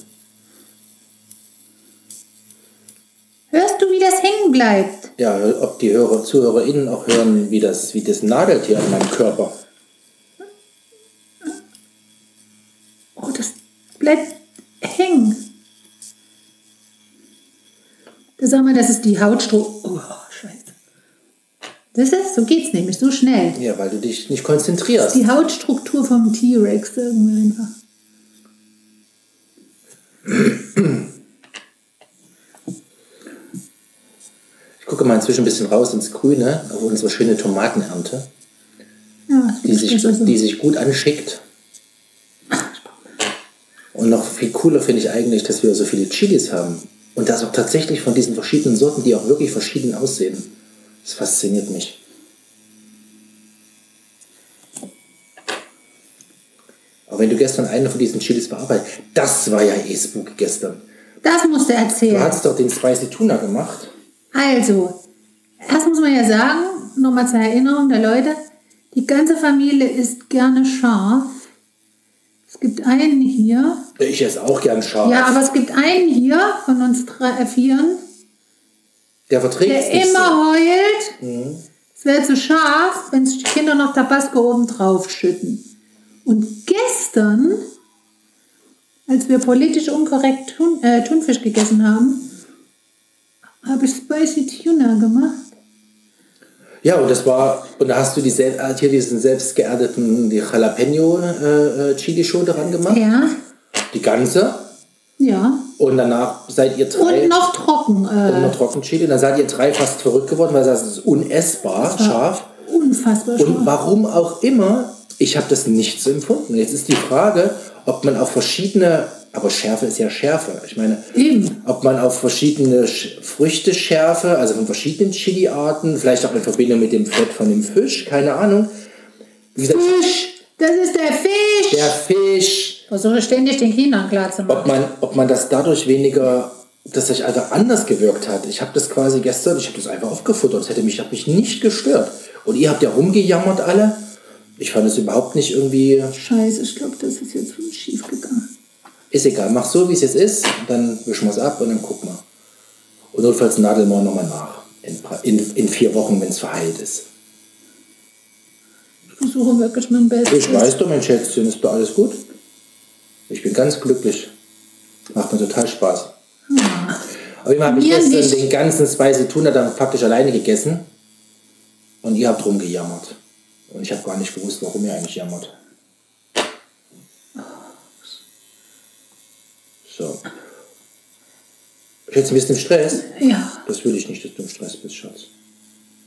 Speaker 1: Hörst du, wie das hängen bleibt?
Speaker 2: Ja, ob die Hörer, ZuhörerInnen auch hören, wie das, wie das nagelt hier an meinem Körper.
Speaker 1: Oh, das bleibt hängen. Da sag mal, das ist die Hautstroh. Oh, scheiße. Das ist, so geht's nämlich, so schnell.
Speaker 2: Ja, weil du dich nicht konzentrierst.
Speaker 1: Die Hautstruktur vom T-Rex irgendwie einfach.
Speaker 2: Ich gucke mal inzwischen ein bisschen raus ins Grüne, auf unsere schöne Tomatenernte,
Speaker 1: Ja, das
Speaker 2: die sich,
Speaker 1: ist also-
Speaker 2: die sich gut anschickt. Und noch viel cooler finde ich eigentlich, dass wir so viele Chilis haben. Und das auch tatsächlich von diesen verschiedenen Sorten, die auch wirklich verschieden aussehen. Das fasziniert mich. Aber wenn du gestern eine von diesen Chilis bearbeitet, das war ja eh spooky gestern.
Speaker 1: das musst du
Speaker 2: Du
Speaker 1: erzählen.
Speaker 2: hast doch den Spicy Tuna gemacht.
Speaker 1: Also, erst muss man ja sagen, nochmal zur Erinnerung der Leute, die ganze Familie isst gerne scharf. Es gibt einen hier,
Speaker 2: Ich esse auch gern scharf.
Speaker 1: ja, aber es gibt einen hier von uns drei, äh, vieren,
Speaker 2: der verträgt
Speaker 1: der
Speaker 2: es nicht so. Mhm.
Speaker 1: immer heult, es wäre zu scharf, wenn sich die Kinder noch Tabasco oben drauf schütten. Und gestern, als wir politisch unkorrekt Thun, äh, Thunfisch gegessen haben, habe ich Spicy Tuna gemacht.
Speaker 2: Ja, und das war, und da hast du die, sel- äh, hier diesen selbstgeerdeten die Jalapeno äh, äh, Chili Schote dran gemacht.
Speaker 1: Ja,
Speaker 2: Die ganze.
Speaker 1: ja.
Speaker 2: Und danach seid ihr drei.
Speaker 1: Und noch trocken.
Speaker 2: und
Speaker 1: Äh,
Speaker 2: noch Trockenchili. Dann seid ihr drei fast verrückt geworden, weil das ist unessbar, scharf.
Speaker 1: unfassbar scharf.
Speaker 2: Und warum auch immer, ich habe das nicht so empfunden. Jetzt ist die Frage, ob man auf verschiedene, aber Schärfe ist ja Schärfe. Ich meine,
Speaker 1: Eben.
Speaker 2: ob man auf verschiedene Sch- Früchte Schärfe, also von verschiedenen Chili-Arten, vielleicht auch in Verbindung mit dem Fett von dem Fisch, keine Ahnung. Wie gesagt,
Speaker 1: Fisch! Das ist der Fisch!
Speaker 2: der Fisch,
Speaker 1: Versuche ständig den Kindern klarzumachen.
Speaker 2: ob man, ob man das dadurch weniger, dass sich einfach anders gewirkt hat. Ich habe das quasi gestern, ich habe das einfach aufgefuttert. Das hätte mich, hat mich nicht gestört. Und ihr habt ja rumgejammert alle. Ich fand es überhaupt nicht irgendwie
Speaker 1: Scheiße, ich glaube, das ist jetzt schief gegangen.
Speaker 2: Ist egal, mach so, wie es jetzt ist, dann wischen wir es ab und dann gucken wir. Und notfalls nadeln wir nochmal nach. In, pra- in, in vier Wochen, wenn es verheilt ist.
Speaker 1: Ich versuche wirklich mein Bestes.
Speaker 2: Ich weiß doch, mein Schätzchen, ist doch alles gut. Ich bin ganz glücklich. Macht mir total Spaß. Auf jeden Fall habe ich
Speaker 1: Hm. Mir
Speaker 2: gestern
Speaker 1: nicht.
Speaker 2: den ganzen Spicy Tuna dann praktisch alleine gegessen. Und ihr habt rumgejammert. Und ich habe gar nicht gewusst, warum ihr eigentlich jammert. So. Ich jetzt ein bisschen im Stress.
Speaker 1: Ja,
Speaker 2: Das will ich nicht, dass du im Stress bist, Schatz.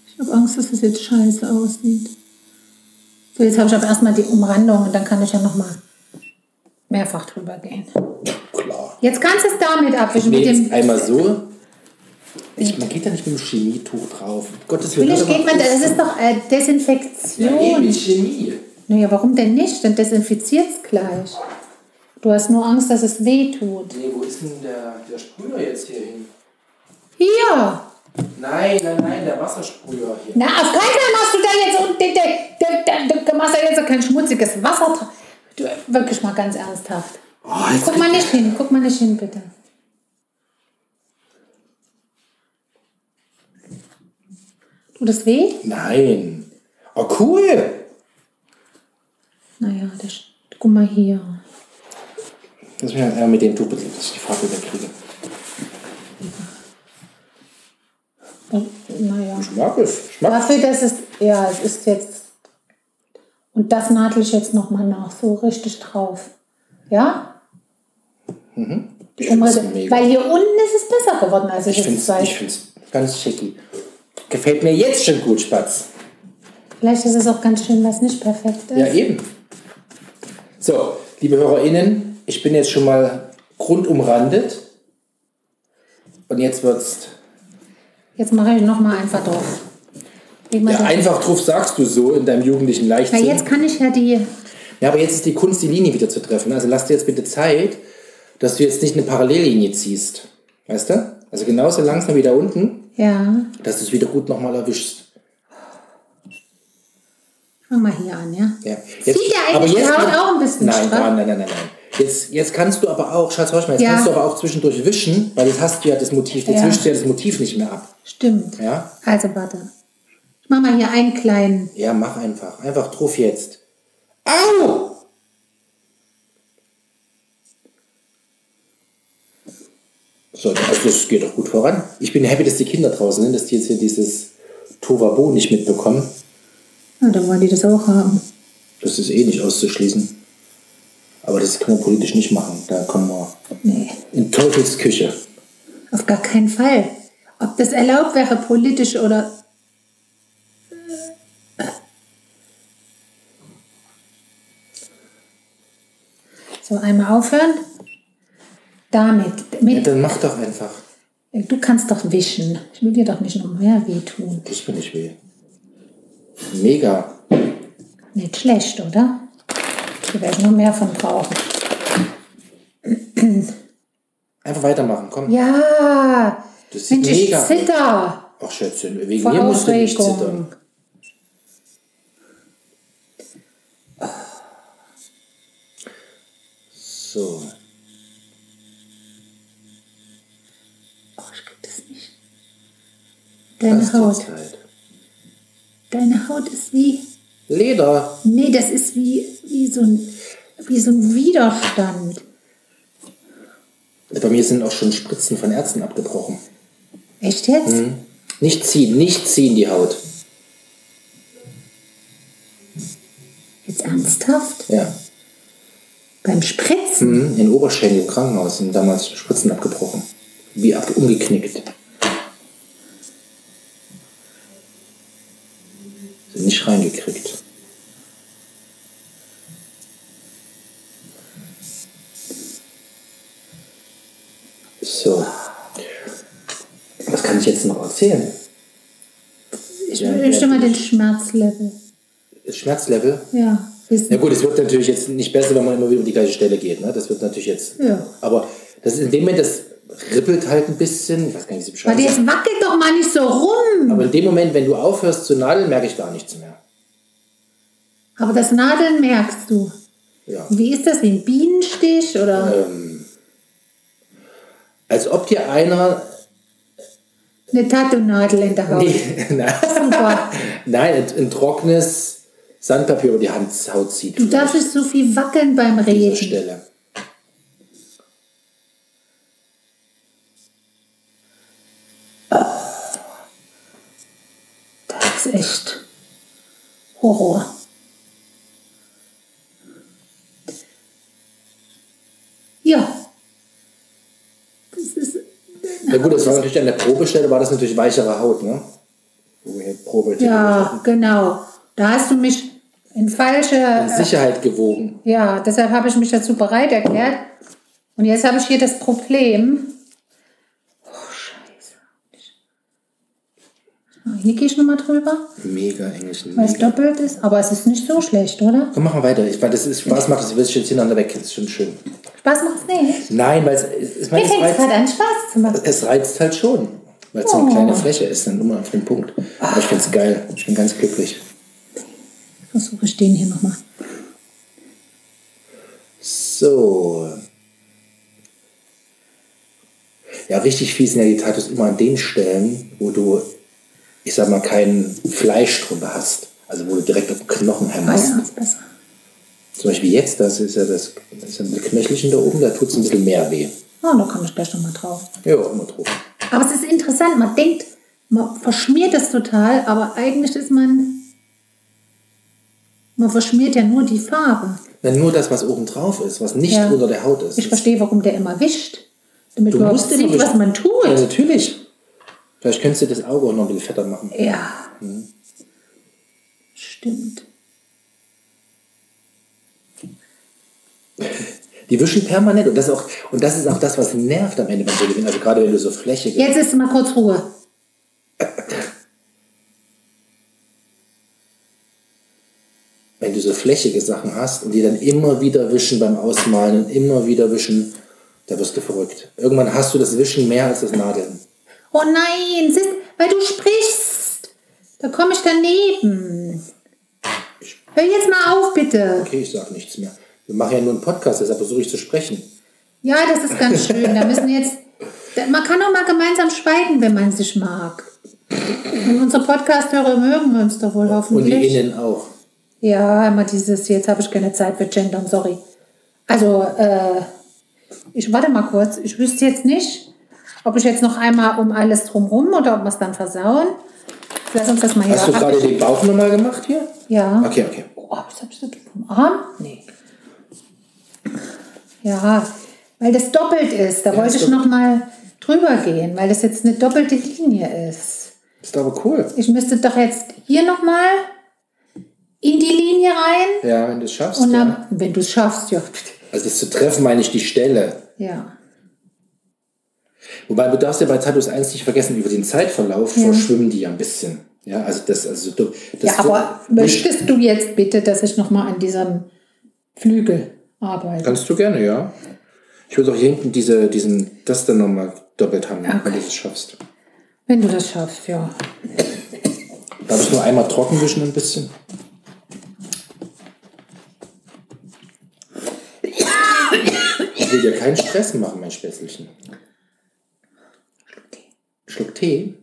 Speaker 1: ich habe Angst, dass es jetzt scheiße aussieht. So, jetzt habe ich aber erstmal die Umrandung und dann kann ich ja nochmal mehrfach drüber gehen.
Speaker 2: Klar.
Speaker 1: Jetzt kannst du es damit abwischen.
Speaker 2: Nee,
Speaker 1: Mit
Speaker 2: jetzt
Speaker 1: dem, Hm.
Speaker 2: einmal so. Ich, man geht da nicht mit dem Chemietuch drauf. Um Gottes Willen.
Speaker 1: Natürlich geht man,
Speaker 2: das
Speaker 1: das ist doch äh,
Speaker 2: ja,
Speaker 1: Desinfektion.
Speaker 2: eben mit Chemie.
Speaker 1: Naja, warum denn nicht? Dann desinfiziert es gleich. Du hast nur Angst, dass es weh tut.
Speaker 2: Nee, wo ist denn der, der Sprüher jetzt hier hin?
Speaker 1: Hier!
Speaker 2: Nein, nein, nein, der Wassersprüher hier.
Speaker 1: Na, auf keinen Fall machst du da jetzt und de, de, de, de, de, machst da jetzt kein schmutziges Wasser drauf. Du, Wirklich mal ganz ernsthaft.
Speaker 2: Oh, jetzt
Speaker 1: Guck mal nicht hin, guck mal nicht hin, bitte. Tut das weh?
Speaker 2: Nein. Oh, cool.
Speaker 1: Naja, das, guck mal hier.
Speaker 2: Lass mich mal mit dem Tuch bitte, dass ich die Farbe wegkriege.
Speaker 1: Und, Oh, Naja.
Speaker 2: Ich mag es. Ich mag
Speaker 1: Dafür, dass es, ja, es ist jetzt, und das nadel ich jetzt nochmal nach, so richtig drauf. Ja?
Speaker 2: Mhm. Ich
Speaker 1: Um,
Speaker 2: find's
Speaker 1: also,
Speaker 2: mega.
Speaker 1: weil hier unten ist es besser geworden, als ich,
Speaker 2: Ich
Speaker 1: jetzt
Speaker 2: find's,
Speaker 1: weiß.
Speaker 2: ich find's ganz schicki. Gefällt mir jetzt schon gut, Spatz.
Speaker 1: Vielleicht ist es auch ganz schön, was nicht perfekt ist.
Speaker 2: Ja, eben. So, liebe HörerInnen, ich bin jetzt schon mal grundumrandet. Und jetzt wird's.
Speaker 1: Jetzt mache ich nochmal einfach drauf. Leg mal
Speaker 2: Ja,
Speaker 1: den-
Speaker 2: einfach drauf sagst du so in deinem jugendlichen
Speaker 1: Na,
Speaker 2: Leichtsinn.
Speaker 1: jetzt kann ich Also- ja die,
Speaker 2: Ja, aber jetzt ist die Kunst, die Linie wieder zu treffen. Also lass dir jetzt bitte Zeit, dass du jetzt nicht eine Parallellinie ziehst. Weißt du? Also genauso langsam wie da unten,
Speaker 1: Ja.
Speaker 2: dass du es wieder gut nochmal erwischst.
Speaker 1: Fang mal hier an, ja?
Speaker 2: Ja.
Speaker 1: Sieht der
Speaker 2: aber
Speaker 1: eigentlich
Speaker 2: jetzt
Speaker 1: Haut
Speaker 2: kann-
Speaker 1: auch ein bisschen
Speaker 2: Nein,
Speaker 1: straff?
Speaker 2: nein, nein, nein, nein. nein. Jetzt, jetzt kannst du aber auch, Schatz, horch mal, jetzt
Speaker 1: Ja.
Speaker 2: kannst du aber auch zwischendurch wischen, weil jetzt hast du ja das Motiv, jetzt
Speaker 1: Ja.
Speaker 2: wischst du ja das Motiv nicht mehr ab.
Speaker 1: Stimmt.
Speaker 2: Ja?
Speaker 1: Also warte. Ich mach mal hier einen kleinen.
Speaker 2: Ja, mach einfach. Einfach drauf jetzt. Au! So, also das geht doch gut voran. Ich bin happy, dass die Kinder draußen sind, dass die jetzt hier dieses Tovabo nicht mitbekommen.
Speaker 1: Na, dann wollen die das auch haben.
Speaker 2: Das ist eh nicht auszuschließen. Aber das können wir politisch nicht machen. Da kommen wir
Speaker 1: Nee,
Speaker 2: in Teufelsküche.
Speaker 1: auf gar keinen Fall. Ob das erlaubt wäre, politisch oder. äh. So, einmal aufhören. Damit.
Speaker 2: Ja,
Speaker 1: Mit,
Speaker 2: dann mach doch einfach.
Speaker 1: du kannst doch wischen. Ich will dir doch nicht noch mehr wehtun.
Speaker 2: Das bin ich weh. Mega.
Speaker 1: Nicht schlecht, oder? Da werde ich noch mehr von brauchen.
Speaker 2: Einfach weitermachen, komm.
Speaker 1: Ja!
Speaker 2: Das sieht
Speaker 1: Mensch, ich
Speaker 2: mega aus.
Speaker 1: zitter!
Speaker 2: Ach, Schätzchen, wegen
Speaker 1: Vor
Speaker 2: mir musst du nicht
Speaker 1: Aufregung.
Speaker 2: zittern. So.
Speaker 1: Oh, ich krieg das nicht. Deine
Speaker 2: passt
Speaker 1: Haut.
Speaker 2: jetzt Halt.
Speaker 1: Deine Haut ist wie.
Speaker 2: Leder.
Speaker 1: Nee, das ist wie, wie, so, ein, wie so ein Widerstand.
Speaker 2: Also Bei mir sind auch schon Spritzen von Ärzten abgebrochen. Hm?
Speaker 1: Echt jetzt?
Speaker 2: Mhm. Nicht ziehen, nicht ziehen die Haut.
Speaker 1: Jetzt ernsthaft?
Speaker 2: Ja.
Speaker 1: Beim Spritzen?
Speaker 2: Mhm, In Oberschenkel im Krankenhaus sind damals Spritzen abgebrochen. Wie ab umgeknickt. Sind nicht reingekriegt. So. Was kann ich jetzt noch erzählen?
Speaker 1: Ich
Speaker 2: Ja,
Speaker 1: bestimmt mal den Schmerzlevel.
Speaker 2: Das Schmerzlevel?
Speaker 1: Ja,
Speaker 2: Ja
Speaker 1: wissen.
Speaker 2: gut, es wird natürlich jetzt nicht besser, wenn man immer wieder um die gleiche Stelle geht. Ne? Das wird natürlich jetzt.
Speaker 1: Ja.
Speaker 2: Aber das ist in dem Moment, das rippelt halt ein bisschen. Ich weiß gar nicht, wie es
Speaker 1: Warte,
Speaker 2: Bescheid
Speaker 1: jetzt wackelt doch mal nicht so rum.
Speaker 2: Aber in dem Moment, wenn du aufhörst zu nadeln, merke ich gar nichts mehr.
Speaker 1: Aber das Nadeln merkst du.
Speaker 2: Ja.
Speaker 1: Wie ist das? Wie ein Bienenstich? Oder?
Speaker 2: Als ob dir einer.
Speaker 1: Eine Tattoo-Nadel in der Haut. Super.
Speaker 2: Nein, ein, ein trockenes Sandpapier über die Hand, Haut zieht.
Speaker 1: Du darfst nicht so viel wackeln beim
Speaker 2: dieser
Speaker 1: Reden.
Speaker 2: Stelle.
Speaker 1: Das ist echt Horror. Ja. Das ist.
Speaker 2: Na gut, das war natürlich an der Probestelle, war das natürlich weichere Haut, ne? Wo wir hier Probe
Speaker 1: Ja, genau. Da hast du mich in falsche. äh,
Speaker 2: Sicherheit gewogen.
Speaker 1: Ja, deshalb habe ich mich dazu bereit erklärt. Und jetzt habe ich hier das Problem. Oh, Scheiße. Ah, Hier gehe ich nochmal drüber,
Speaker 2: Mega englisch.
Speaker 1: weil es doppelt ist. Aber es ist nicht so schlecht, oder?
Speaker 2: Komm, machen wir weiter. Ich, weil das ist Spaß macht, das willst du jetzt hintereinander weg. Das ist schon schön.
Speaker 1: Spaß macht's nicht.
Speaker 2: Nein, weil es, es, ich
Speaker 1: Mir
Speaker 2: meine, es,
Speaker 1: fängt
Speaker 2: reizt,
Speaker 1: gerade an, Spaß zu machen.
Speaker 2: es reizt halt schon. Weil es so eine
Speaker 1: Oh.
Speaker 2: kleine Fläche ist, dann immer auf den Punkt. Aber ich find's geil. Ich bin ganz glücklich.
Speaker 1: Versuche ich den hier nochmal.
Speaker 2: So. Ja, richtig fies sind ja die Tattoos immer an den Stellen, wo du, ich sag mal, kein Fleisch drunter hast. Also wo du direkt auf den Knochen
Speaker 1: Ah
Speaker 2: hämmerst.
Speaker 1: ja, ist besser.
Speaker 2: Zum Beispiel jetzt, das ist ja das, das ist ja mit Knöchelchen da oben, da tut's ein bisschen mehr weh.
Speaker 1: Oh, da komme ich gleich nochmal drauf.
Speaker 2: Ja, immer drauf.
Speaker 1: Aber es ist interessant, man denkt, man verschmiert das total, aber eigentlich ist man. Man verschmiert ja nur die Farbe.
Speaker 2: Na, nur das, was oben drauf ist, was nicht
Speaker 1: Ja.
Speaker 2: unter der Haut ist.
Speaker 1: Ich verstehe, warum der immer wischt. Damit
Speaker 2: Du
Speaker 1: man
Speaker 2: musst
Speaker 1: sieht,
Speaker 2: immer-
Speaker 1: was man tut.
Speaker 2: Ja, natürlich. Vielleicht könntest du das Auge auch noch ein bisschen fetter machen.
Speaker 1: Ja. Stimmt.
Speaker 2: Die wischen permanent und das ist auch, und das ist auch das, was nervt am Ende beim Tätowieren. Also gerade wenn du so Fläche
Speaker 1: Jetzt ist mal kurz Ruhe.
Speaker 2: wenn du so flächige Sachen hast und die dann immer wieder wischen beim Ausmalen und immer wieder wischen, Da wirst du verrückt. Irgendwann hast du das Wischen mehr als das Nadeln.
Speaker 1: Oh nein, siehst, weil du sprichst. Da komme ich daneben. Hör jetzt mal auf, bitte.
Speaker 2: Okay, ich sag nichts mehr. Wir machen ja nur einen Podcast, deshalb versuche ich zu sprechen.
Speaker 1: Ja, das ist ganz schön. Da müssen jetzt. Da, man kann auch mal gemeinsam schweigen, wenn man sich mag. Und unsere Podcast-Hörer mögen uns doch wohl
Speaker 2: Und die
Speaker 1: hoffentlich.
Speaker 2: innen auch.
Speaker 1: Ja, immer dieses, jetzt habe ich keine Zeit für Gendern, sorry. Also, äh, ich warte mal kurz. Ich wüsste jetzt nicht, ob ich jetzt noch einmal um alles drumrum oder ob wir es dann versauen. Lass uns das mal hier
Speaker 2: Hast du
Speaker 1: ab-
Speaker 2: gerade den Bauch nochmal gemacht hier?
Speaker 1: Ja.
Speaker 2: Okay, okay.
Speaker 1: Oh, was hab ich da drauf? Am Arm? Nee. Ja, weil das doppelt ist. Da wollte ich
Speaker 2: ist doppelt.
Speaker 1: noch mal drüber gehen, weil das jetzt eine doppelte Linie ist.
Speaker 2: Ist aber cool.
Speaker 1: Ich müsste doch jetzt hier noch mal in die Linie rein.
Speaker 2: Ja, wenn du es schaffst.
Speaker 1: Und dann,
Speaker 2: ja.
Speaker 1: wenn du es schaffst, ja.
Speaker 2: Also das zu treffen meine ich die Stelle.
Speaker 1: Ja.
Speaker 2: Wobei du darfst ja bei Tattoos eins nicht vergessen, über den Zeitverlauf verschwimmen die ja ein bisschen. Ja, also das, also du, das
Speaker 1: ja aber
Speaker 2: Misch-
Speaker 1: möchtest du jetzt bitte, dass ich noch mal an diesem Flügel arbeite?
Speaker 2: Kannst du gerne, ja. Ich würde auch hier hinten diese, diesen, das dann nochmal doppelt haben, wenn du
Speaker 1: Okay.
Speaker 2: das schaffst.
Speaker 1: Wenn du das schaffst, ja.
Speaker 2: Darf ich nur einmal trocken wischen ein bisschen? Ich will dir keinen Stress machen, mein Späßelchen. Schluck Tee.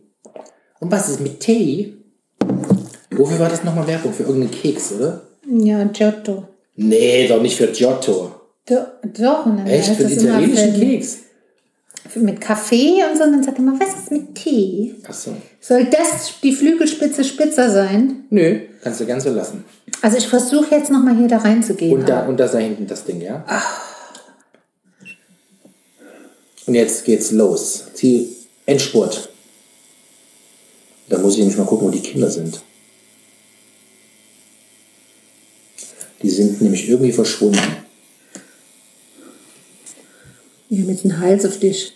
Speaker 2: Und was ist mit Tee? Wofür war das nochmal Werbung? Für irgendeinen Keks, oder?
Speaker 1: Ja, Giotto.
Speaker 2: Nee, doch nicht für Giotto.
Speaker 1: Do- Doch, und dann
Speaker 2: Echt?
Speaker 1: heißt
Speaker 2: Für
Speaker 1: das
Speaker 2: den
Speaker 1: immer
Speaker 2: italienischen
Speaker 1: für-
Speaker 2: Keks?
Speaker 1: mit Kaffee und so. Und dann sagt er immer, was ist mit Tee?
Speaker 2: Achso.
Speaker 1: Soll das die Flügelspitze spitzer sein?
Speaker 2: Nö, kannst du ganz so lassen.
Speaker 1: Also ich versuche jetzt nochmal hier da reinzugehen.
Speaker 2: Und da, und das da hinten das Ding, ja? Und jetzt geht's los. Ziel Endspurt. Da muss ich nämlich mal gucken, wo die Kinder sind. Die sind nämlich irgendwie verschwunden.
Speaker 1: ja, mit dem Hals auf dich.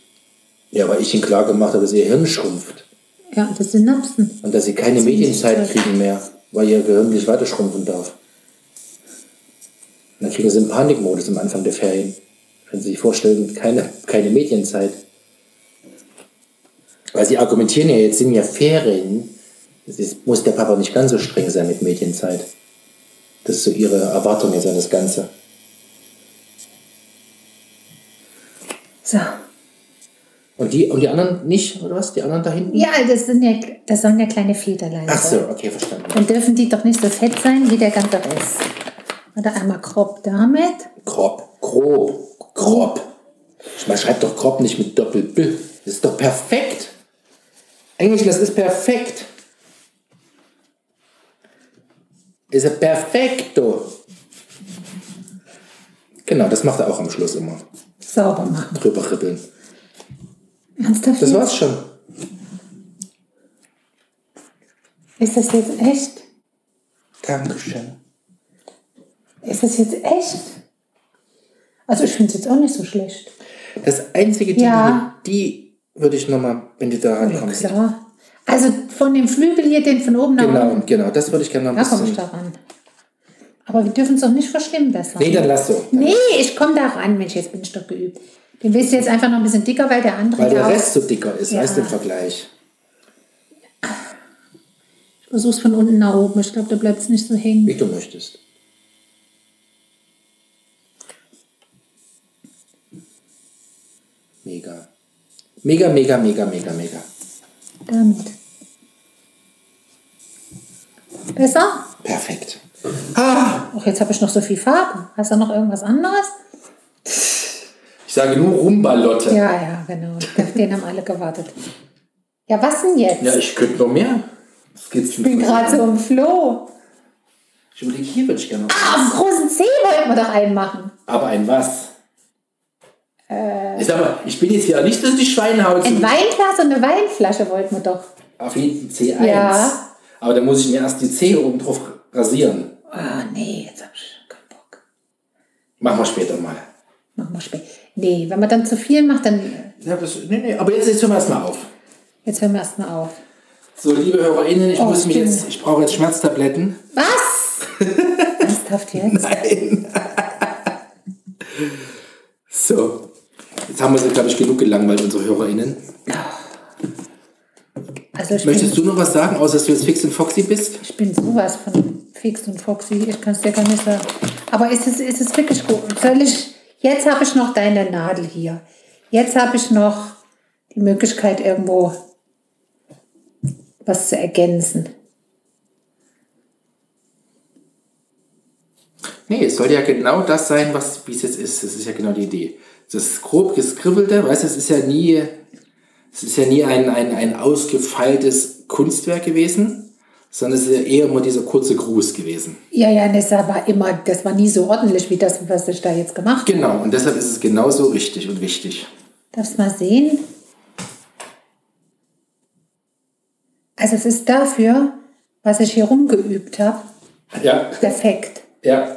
Speaker 2: Ja, weil ich ihnen klar gemacht habe, dass ihr Hirn schrumpft.
Speaker 1: Ja, das sind Napsen.
Speaker 2: Und dass sie keine Medienzeit kriegen mehr, weil ihr Gehirn nicht weiter schrumpfen darf. Und dann kriegen sie einen Panikmodus am Anfang der Ferien. Können Sie sich vorstellen, keine, keine Medienzeit. Weil sie argumentieren ja, jetzt sind ja Ferien. Es ist, muss der Papa nicht ganz so streng sein mit Medienzeit. Das ist so ihre Erwartung jetzt an das Ganze.
Speaker 1: So.
Speaker 2: Und die, und die anderen nicht, oder was? Die anderen da hinten?
Speaker 1: Ja, das sind ja, das sollen ja kleine Federlein
Speaker 2: Ach so,
Speaker 1: sein.
Speaker 2: okay, verstanden.
Speaker 1: Dann dürfen die doch nicht so fett sein wie der ganze Rest. Oder einmal grob damit.
Speaker 2: Grob, grob, grob. Man schreibt doch grob nicht mit Doppel-B. Das ist doch perfekt. Englisch, das ist perfekt. Ist er perfekto. Genau, das macht er auch am Schluss immer.
Speaker 1: Sauber machen.
Speaker 2: Drüber ribbeln.
Speaker 1: Ernsthaft?
Speaker 2: Das
Speaker 1: jetzt?
Speaker 2: war's schon.
Speaker 1: Ist das jetzt echt?
Speaker 2: Dankeschön.
Speaker 1: Ist das jetzt echt? Also ich finde es jetzt auch nicht so schlecht.
Speaker 2: Das einzige Ding,
Speaker 1: Ja.
Speaker 2: die würde ich nochmal, wenn du da rankommst.
Speaker 1: Klar. Also von dem Flügel hier, den von oben nach unten.
Speaker 2: Genau, genau, das würde ich gerne noch
Speaker 1: Da
Speaker 2: ein
Speaker 1: komme ich
Speaker 2: bisschen.
Speaker 1: da ran. Aber wir dürfen es doch nicht verschlimmbessern.
Speaker 2: Nee, dann lass so.
Speaker 1: Nee, ich komme da ran, Mensch, jetzt bin ich doch geübt. Den willst du jetzt einfach noch ein bisschen dicker, weil der andere
Speaker 2: Weil
Speaker 1: ja
Speaker 2: der
Speaker 1: auch-
Speaker 2: Rest so dicker ist,
Speaker 1: Ja.
Speaker 2: weißt du, im Vergleich.
Speaker 1: Ich versuch's von unten nach oben. Ich glaube, da bleibt es nicht so hängen.
Speaker 2: Wie du möchtest. Mega. Mega, mega, mega, mega, mega.
Speaker 1: Damit. Besser?
Speaker 2: Perfekt.
Speaker 1: Ach, jetzt habe ich noch so viel Farbe. Hast du noch irgendwas anderes?
Speaker 2: Ich sage nur Rumbalotte.
Speaker 1: Ja, ja, genau. Auf den haben alle gewartet. Ja, was denn jetzt?
Speaker 2: Ja, ich könnte noch mehr. Das geht's
Speaker 1: ich bin gerade so im Floh.
Speaker 2: Ich überlege, hier würde ich gerne noch.
Speaker 1: Ah, Am großen C wollten wir doch einen machen.
Speaker 2: Aber ein was? Ich sag mal, ich bin jetzt hier nicht, dass die Schweinehaut
Speaker 1: Äh. Ein
Speaker 2: sind.
Speaker 1: Weinglas und eine Weinflasche wollten wir doch.
Speaker 2: Auf jeden C1.
Speaker 1: Ja.
Speaker 2: Aber da muss ich mir erst die Zehe oben drauf rasieren.
Speaker 1: Ah, nee, jetzt hab ich schon keinen Bock.
Speaker 2: Machen wir später mal.
Speaker 1: Machen wir spät. Nee, wenn man dann zu viel macht, dann.
Speaker 2: Ja, das, nee, nee. Aber jetzt, jetzt hören wir erstmal auf.
Speaker 1: Jetzt hören wir erstmal auf.
Speaker 2: So, liebe HörerInnen, ich
Speaker 1: Oh,
Speaker 2: muss mich
Speaker 1: stimmt.
Speaker 2: jetzt, ich brauche jetzt Schmerztabletten.
Speaker 1: Was? Ernsthaft jetzt?
Speaker 2: So. Jetzt haben wir sie, glaube ich, genug gelangweilt, unsere HörerInnen.
Speaker 1: Also ich bin,
Speaker 2: Möchtest du noch was sagen, außer dass du jetzt fix und foxy bist?
Speaker 1: ich bin sowas von fix und foxy. Ich kann es dir gar nicht sagen. Aber ist es, ist es wirklich gut? Soll ich, jetzt habe ich noch deine Nadel hier. Jetzt habe ich noch die Möglichkeit, irgendwo was zu ergänzen.
Speaker 2: Nee, es sollte ja genau das sein, was wie es jetzt ist. Das ist ja genau die Idee. Das grob geskrivelte, weißt du, es ist ja nie, es ist ja nie ein, ein, ein ausgefeiltes Kunstwerk gewesen, sondern es ist ja eher immer dieser kurze Gruß gewesen.
Speaker 1: Ja, ja, das war immer, das war nie so ordentlich wie das, was ich da jetzt gemacht habe.
Speaker 2: Genau, und deshalb ist es genauso richtig und wichtig.
Speaker 1: Darfst mal sehen? Also es ist dafür, was ich hier rumgeübt habe,
Speaker 2: Ja,
Speaker 1: perfekt.
Speaker 2: ja.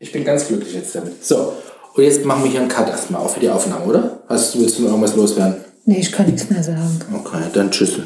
Speaker 2: Ich bin ganz glücklich jetzt damit. So, und jetzt machen wir hier einen Cut erstmal auf für die Aufnahme, oder? Hast du, willst du noch irgendwas loswerden?
Speaker 1: Nee, ich kann nichts mehr sagen.
Speaker 2: Okay, dann tschüss.